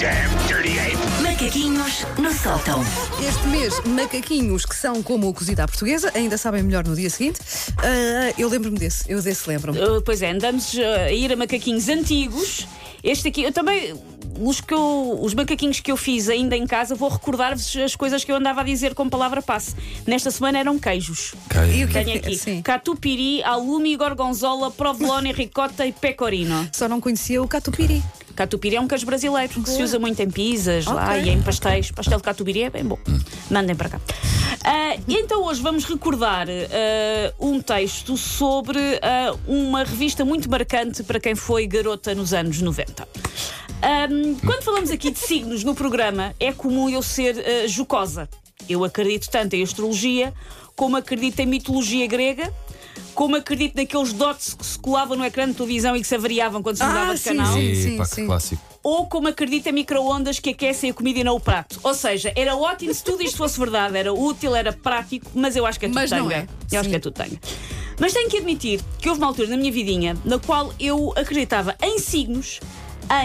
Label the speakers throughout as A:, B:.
A: damn dirty ape!
B: Macaquinhos no sótão.
C: Este mês, macaquinhos que são como o cozido à portuguesa, ainda sabem melhor no dia seguinte. Ah, eu lembro-me desse, eu desse lembro-me.
D: Uh, pois é, andamos uh, a ir a macaquinhos antigos. Este aqui, eu também. Os, que eu, os macaquinhos que eu fiz ainda em casa, vou recordar-vos as coisas que eu andava a dizer com palavra passe. Nesta semana eram queijos.
C: E o que é
D: Tenho
C: que-
D: aqui
C: Sim.
D: catupiry, alume, gorgonzola, provolone, ricota e pecorino.
C: Só não conhecia o catupiry.
D: Catupiry é um queijo brasileiro que se usa muito em pizzas lá
C: Ok.
D: e em pastéis. Pastel de catupiry é bem bom. Mandem para cá. Ah, e então hoje vamos recordar ah, um texto sobre ah, uma revista muito marcante para quem foi garota nos anos 90. Ahm, quando falamos aqui de signos no programa, é comum eu ser ah, jocosa. Eu acredito tanto em astrologia, como acredito em mitologia grega, como acredito naqueles dots que se colavam no ecrã de televisão e que se avariavam quando se mudava de canal
C: Ah, Sim,
E: E,
C: sim,
E: pá, que
C: sim.
E: clássico.
D: ou como acredita em micro-ondas que aquecem a comida e não o prato. Ou seja, era ótimo se tudo isto fosse verdade, era útil, era prático, mas eu acho que é tudo
C: Mas não
D: tanga.
C: é.
D: Eu acho
C: Sim.
D: que é tudo tanga. Mas tenho que admitir que houve uma altura na minha vidinha na qual eu acreditava em signos,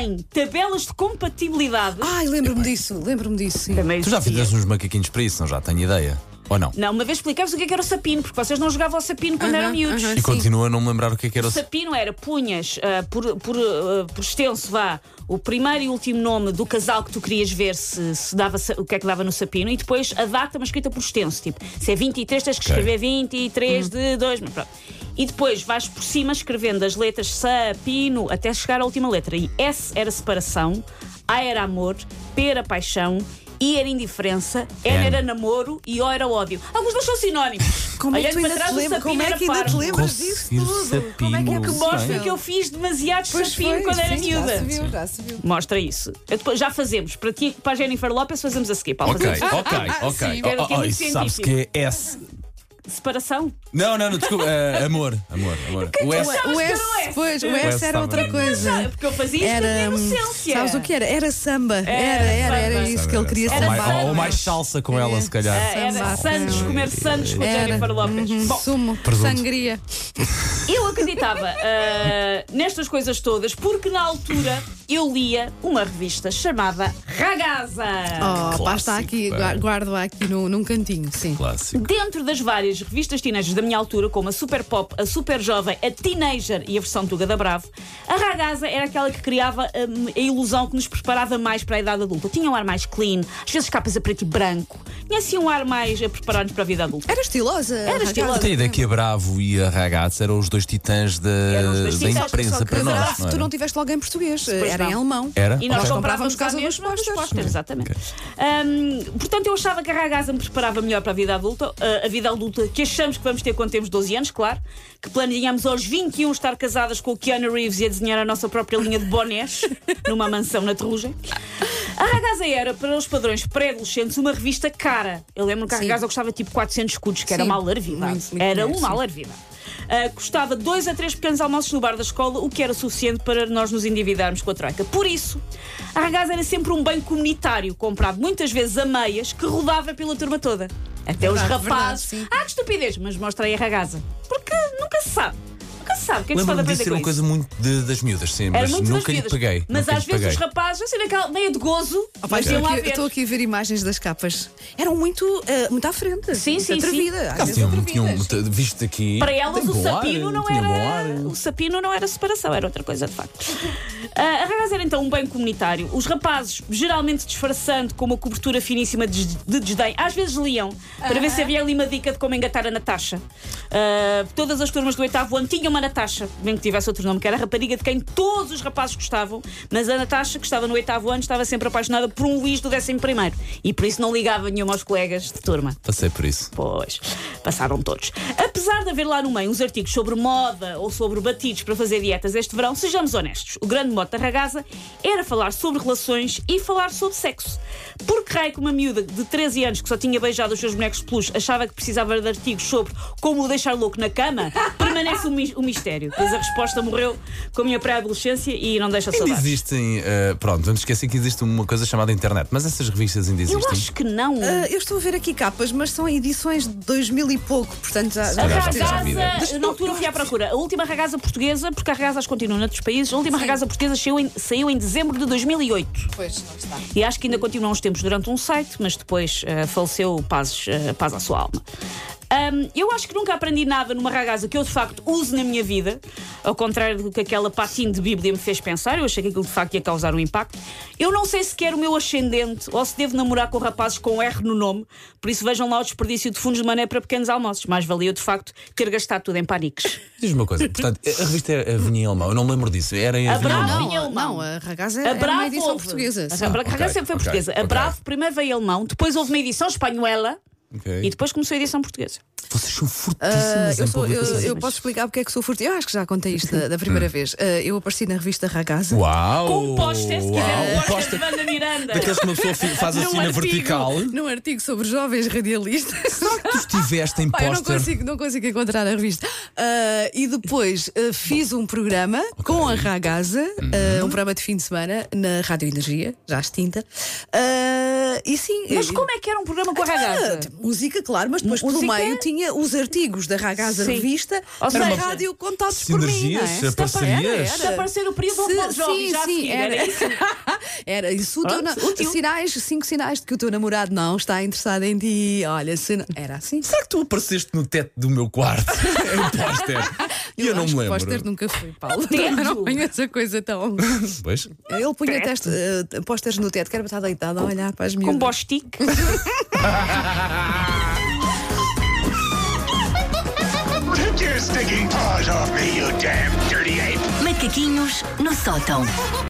D: em tabelas de compatibilidade.
C: Ai, lembro-me disso, lembro-me disso. sim.
D: Também
E: Tu já
D: existia.
E: fizeste uns macaquinhos para isso, não já tenho ideia? Ou não?
D: Não, uma vez explicava-vos o que é que era o sapino, porque vocês não jogavam ao sapino quando
C: Aham,
D: eram miúdos.
C: aham.
E: E
C: Sim.
E: continua a não me lembrar o que é que era
D: O
E: o.
D: sapino era punhas ah, por, por, ah, por extenso, vá, o primeiro e último nome do casal que tu querias ver se, se dava sa- o que é que dava no sapino e depois a data, mas escrita por extenso. Tipo, se é 23, tens que
E: Ok. Uhum.
D: escrever 23 de 2. mas Pronto. E depois vais por cima escrevendo as letras sapino até chegar à última letra. E S era separação, A era amor, P era paixão. I era indiferença, N
E: N.
D: era namoro e O era ódio. Alguns deles são sinónimos.
C: Como é que
D: Olhando
C: tu ainda
D: para trás,
C: te
D: o
C: lembras?
D: sapino
C: Como é
D: era
C: que ainda te
D: parvo.
C: lembras disso
E: Conseguir
C: tudo? Como é que é
E: sapinho,
C: que
D: Que
E: Sim.
D: mostra
E: Bem.
D: que eu fiz demasiado
C: Pois
D: chapinho
C: foi,
D: quando
C: sim,
D: era
C: Já se
D: miúda.
C: viu, já se viu.
D: Mostra isso. Eu depois já fazemos. Para ti, para a Jennifer Lopes, fazemos a seguir. Paulo,
E: Ok,
D: fazemos
E: ok,
C: sim.
E: ok.
D: Era que é muito
E: isso Sabes
D: científico.
E: que é S.
D: separação.
E: Não, não, não, desculpa. eh, amor, amor, amor. O S.
D: achas?
C: O
D: Mas que
C: S,
D: era o S. é
C: pois, o S era
E: estava
C: outra
E: bem.
C: coisa.
D: Porque eu fazia isto na
C: Era.
D: minha
C: hum,
D: inocência.
C: Sabes o que era? Era samba. Era, era, era
D: samba.
E: É
C: isso que ele queria
E: Ou mais-
C: sambar.
E: Ou mais salsa com ela, se calhar.
D: Ah, Era
C: Sambar.
D: Santos, comer Santos com a
C: Era. Uhum.
D: Jennifer Lopes. Bom,
C: Sumo,
E: Presunto.
C: sangria.
D: eu acreditava ah, nestas coisas todas porque na altura eu lia uma revista chamada Ragazza.
C: Oh, pá, está
E: clássico,
C: aqui,
E: pá.
C: gua- guardo-a aqui no, num cantinho, sim.
E: Clássico.
D: Dentro das várias revistas teenagers da minha altura, como a Super Pop, a Super Jovem, a Teenager e a versão Tuga da Bravo, a Ragazza era aquela que criava hum, a ilusão que nos preparava mais para a idade adulta. Tinha um ar mais clean, às vezes capas a preto e branco, tinha assim um ar mais a preparar-nos para a vida adulta.
C: Era estilosa. Era
D: estilosa.
E: Eu tenho ideia que a Bravo e a Ragazza eram os dois titãs da,
D: Eram os dois
E: da
D: titãs,
E: imprensa para nós.
C: tu não
E: Não era?
C: tiveste logo em português, era
D: não.
C: em alemão.
E: Era?
D: E
E: Ok.
D: nós
C: Nós
D: comprávamos
C: comprávamos
D: casa
C: Casa
D: dos
C: dos
D: postas.
C: Postas.
D: Exatamente. Hum, portanto, eu achava que a ragazza me preparava melhor para a vida adulta, ah, a vida adulta que achamos que vamos ter quando temos 12 anos, claro, que planeámos aos 21 estar casadas com o Keanu Reeves e a desenhar a nossa própria linha de bonés numa mansão na Terrugem. A Ragazza era, para os padrões pré-adolescentes, uma revista cara. Eu lembro que a
C: Sim.
D: Ragazza custava tipo 400 escudos, que era
C: Sim.
D: uma alarvidade.
C: Muito, muito
D: Era
C: dinheiro,
D: uma
C: sim.
D: alarvidade. Ah, custava dois a três pequenos almoços no bar da escola, o que era suficiente para nós nos endividarmos com a troika. Por isso, a Ragazza era sempre um bem comunitário, comprado muitas vezes a meias, que rodava pela turma toda. Até os
C: Verdade,
D: rapazes.
C: verdade, sim.
D: ah, que estupidez! Mas mostra aí a Ragazza. Porque nunca se sabe. Nunca se sabe o que é que se pode
E: Lembro-me
D: aprender
E: disso,
D: com
E: era uma
D: isso.
E: coisa muito de- das miúdas, sim,
D: Era
E: mas
D: muito das
E: nunca lhe
D: vidas.
E: paguei.
D: Mas
E: nunca
D: às
E: lhe
D: vezes os
E: paguei.
D: rapazes, assim, naquela meia de gozo,
C: Ah, pá,
D: mas iam
C: estou
D: lá
C: aqui-
D: ver.
C: Estou aqui a ver imagens das capas. Eram muito, ah, muito à frente.
D: Sim,
C: muito
D: sim, sim.
C: atrevida. Às
E: Ah,
C: vezes
E: tinham-
C: atrevidas.
E: tinham- t- visto aqui.
D: Para elas
E: Tem
D: o
E: bom ar,
D: sapino não
E: tinha bom
D: era.
E: ar.
D: O sapino não era separação, era outra coisa de facto. Ah, a Ragaz era então um bem comunitário. Os rapazes, geralmente disfarçando com uma cobertura finíssima de, de desdém, às vezes liam para ver se havia ali uma dica de como engatar a Natasha. Ah, todas as turmas do oitavo ano tinham uma Natasha, mesmo que tivesse outro nome, que era a rapariga de quem todos os rapazes gostavam, mas a Natasha, que estava no oitavo ano, estava sempre apaixonada por um Luís do décimo primeiro e por isso não ligava nenhuma aos colegas de turma.
E: Passei por isso.
D: Pois, passaram todos. Apesar de haver lá no meio uns artigos sobre moda ou sobre batidos para fazer dietas este verão, sejamos honestos, o grande mote da ragazza era falar sobre relações e falar sobre sexo. Porque raio que uma miúda de 13 anos que só tinha beijado os seus bonecos de peluche achava que precisava de artigos sobre como o deixar louco na cama, permanece um, mis- um mistério. sério. Pois a resposta morreu com a minha pré-adolescência e não deixa
E: Ainda
D: saudades.
E: existem. eh, pronto, vamos esquecer que existe uma coisa chamada internet, mas essas revistas ainda
D: Eu
E: existem.
D: acho que não.
C: Ah, eu estou a ver aqui capas, mas são edições de 2000 e pouco, portanto já.
D: A
E: calhar já
C: já-
E: fiz à vida.
D: ragazza, na altura fui à procura. A última ragazza portuguesa, porque a ragazza continua noutros países, a última ragazza portuguesa saiu em, saiu em dezembro de 2008.
C: Pois, não está.
D: E acho que ainda continua uns tempos durante um site, mas depois eh, faleceu, paz, eh, paz à sua alma. Ahm, eu acho que nunca aprendi nada numa ragazza que eu de facto uso na minha vida, ao contrário do que aquela patinha de Bíblia me fez pensar. Eu achei que aquilo de facto ia causar um impacto. Eu não sei se quero o meu ascendente ou se devo namorar com rapazes com R no nome, por isso vejam lá o desperdício de fundos de mané para pequenos almoços. Mais valia eu, de facto ter gastado tudo em paniques.
E: Diz-me uma coisa, portanto, a revista era a Vinha Alemão, eu não me lembro disso. Era em
D: A
E: Avenida
D: Bravo.
E: Alemão.
D: Vinha
C: Não,
D: alemão.
C: não, a Ragazza
D: A
C: é
D: Bravo
C: uma edição
D: houve.
C: portuguesa.
D: A
C: sim.
D: Bravo
E: ok,
D: sempre foi
E: ok,
D: portuguesa. A
E: ok.
D: Bravo primeiro veio alemão, depois houve uma edição espanhola
E: Ok.
D: e depois começou a edição portuguesa.
E: Vocês são
C: Ah,
E: fortíssimas
C: eu,
E: em
C: sou- eu-
E: publicações.
C: eu posso explicar porque é que sou furtiva. Eu acho que já contei isto da, da
E: Hum.
C: primeira vez. Ah, eu apareci na revista Ragazza.
E: Uau!
D: Com um póster, se
E: Oh, uau,
D: quiser, um
E: um
D: póster de Wanda Miranda.
E: Daqueles que uma pessoa fi- faz assim na
C: artigo-
E: vertical.
C: Num artigo sobre jovens radialistas.
E: Tu estiveste em
C: Pá, eu não
E: póster.
C: consigo, não consigo encontrar a revista. Ah, e depois ah, fiz um programa com a Ragazza,
D: Uhum.
C: ah, um programa de fim de semana na Rádio Energia, já extinta. Ah, e sim.
D: Mas
C: eu-
D: como é que era um programa com a
C: Ah,
D: ragazza?
C: tipo, música, claro, mas depois pelo
D: Música?
C: meio tinha os artigos da Ragazza
D: Sim.
C: Revista na
D: Ou seja,
C: rádio contados por mim. não é?
E: Sinergias,
D: Era,
E: parcerias.
D: era aparecer o período
C: Se-
D: do jovem, já a seguir, era isso.
C: era isso. O teu
D: Pronto,
C: na-
D: útil.
C: Sinais, cinco sinais de que o teu namorado não está interessado em ti. Olha, se não- era assim.
E: Será que tu apareceste no teto do meu quarto? em póster. E eu, não
C: acho
E: me
C: que póster
E: lembro.
C: nunca fui, Paulo.
D: Teto.
C: Não ponho essa coisa tão.
E: Pois.
C: Ele punha teste, eh, pósteres no teto, que era para estar deitado a olhar para as miúdas.
D: Com bostique.
A: Take your stinking paws off me, you damn dirty ape!
B: Macaquinhos no sótão.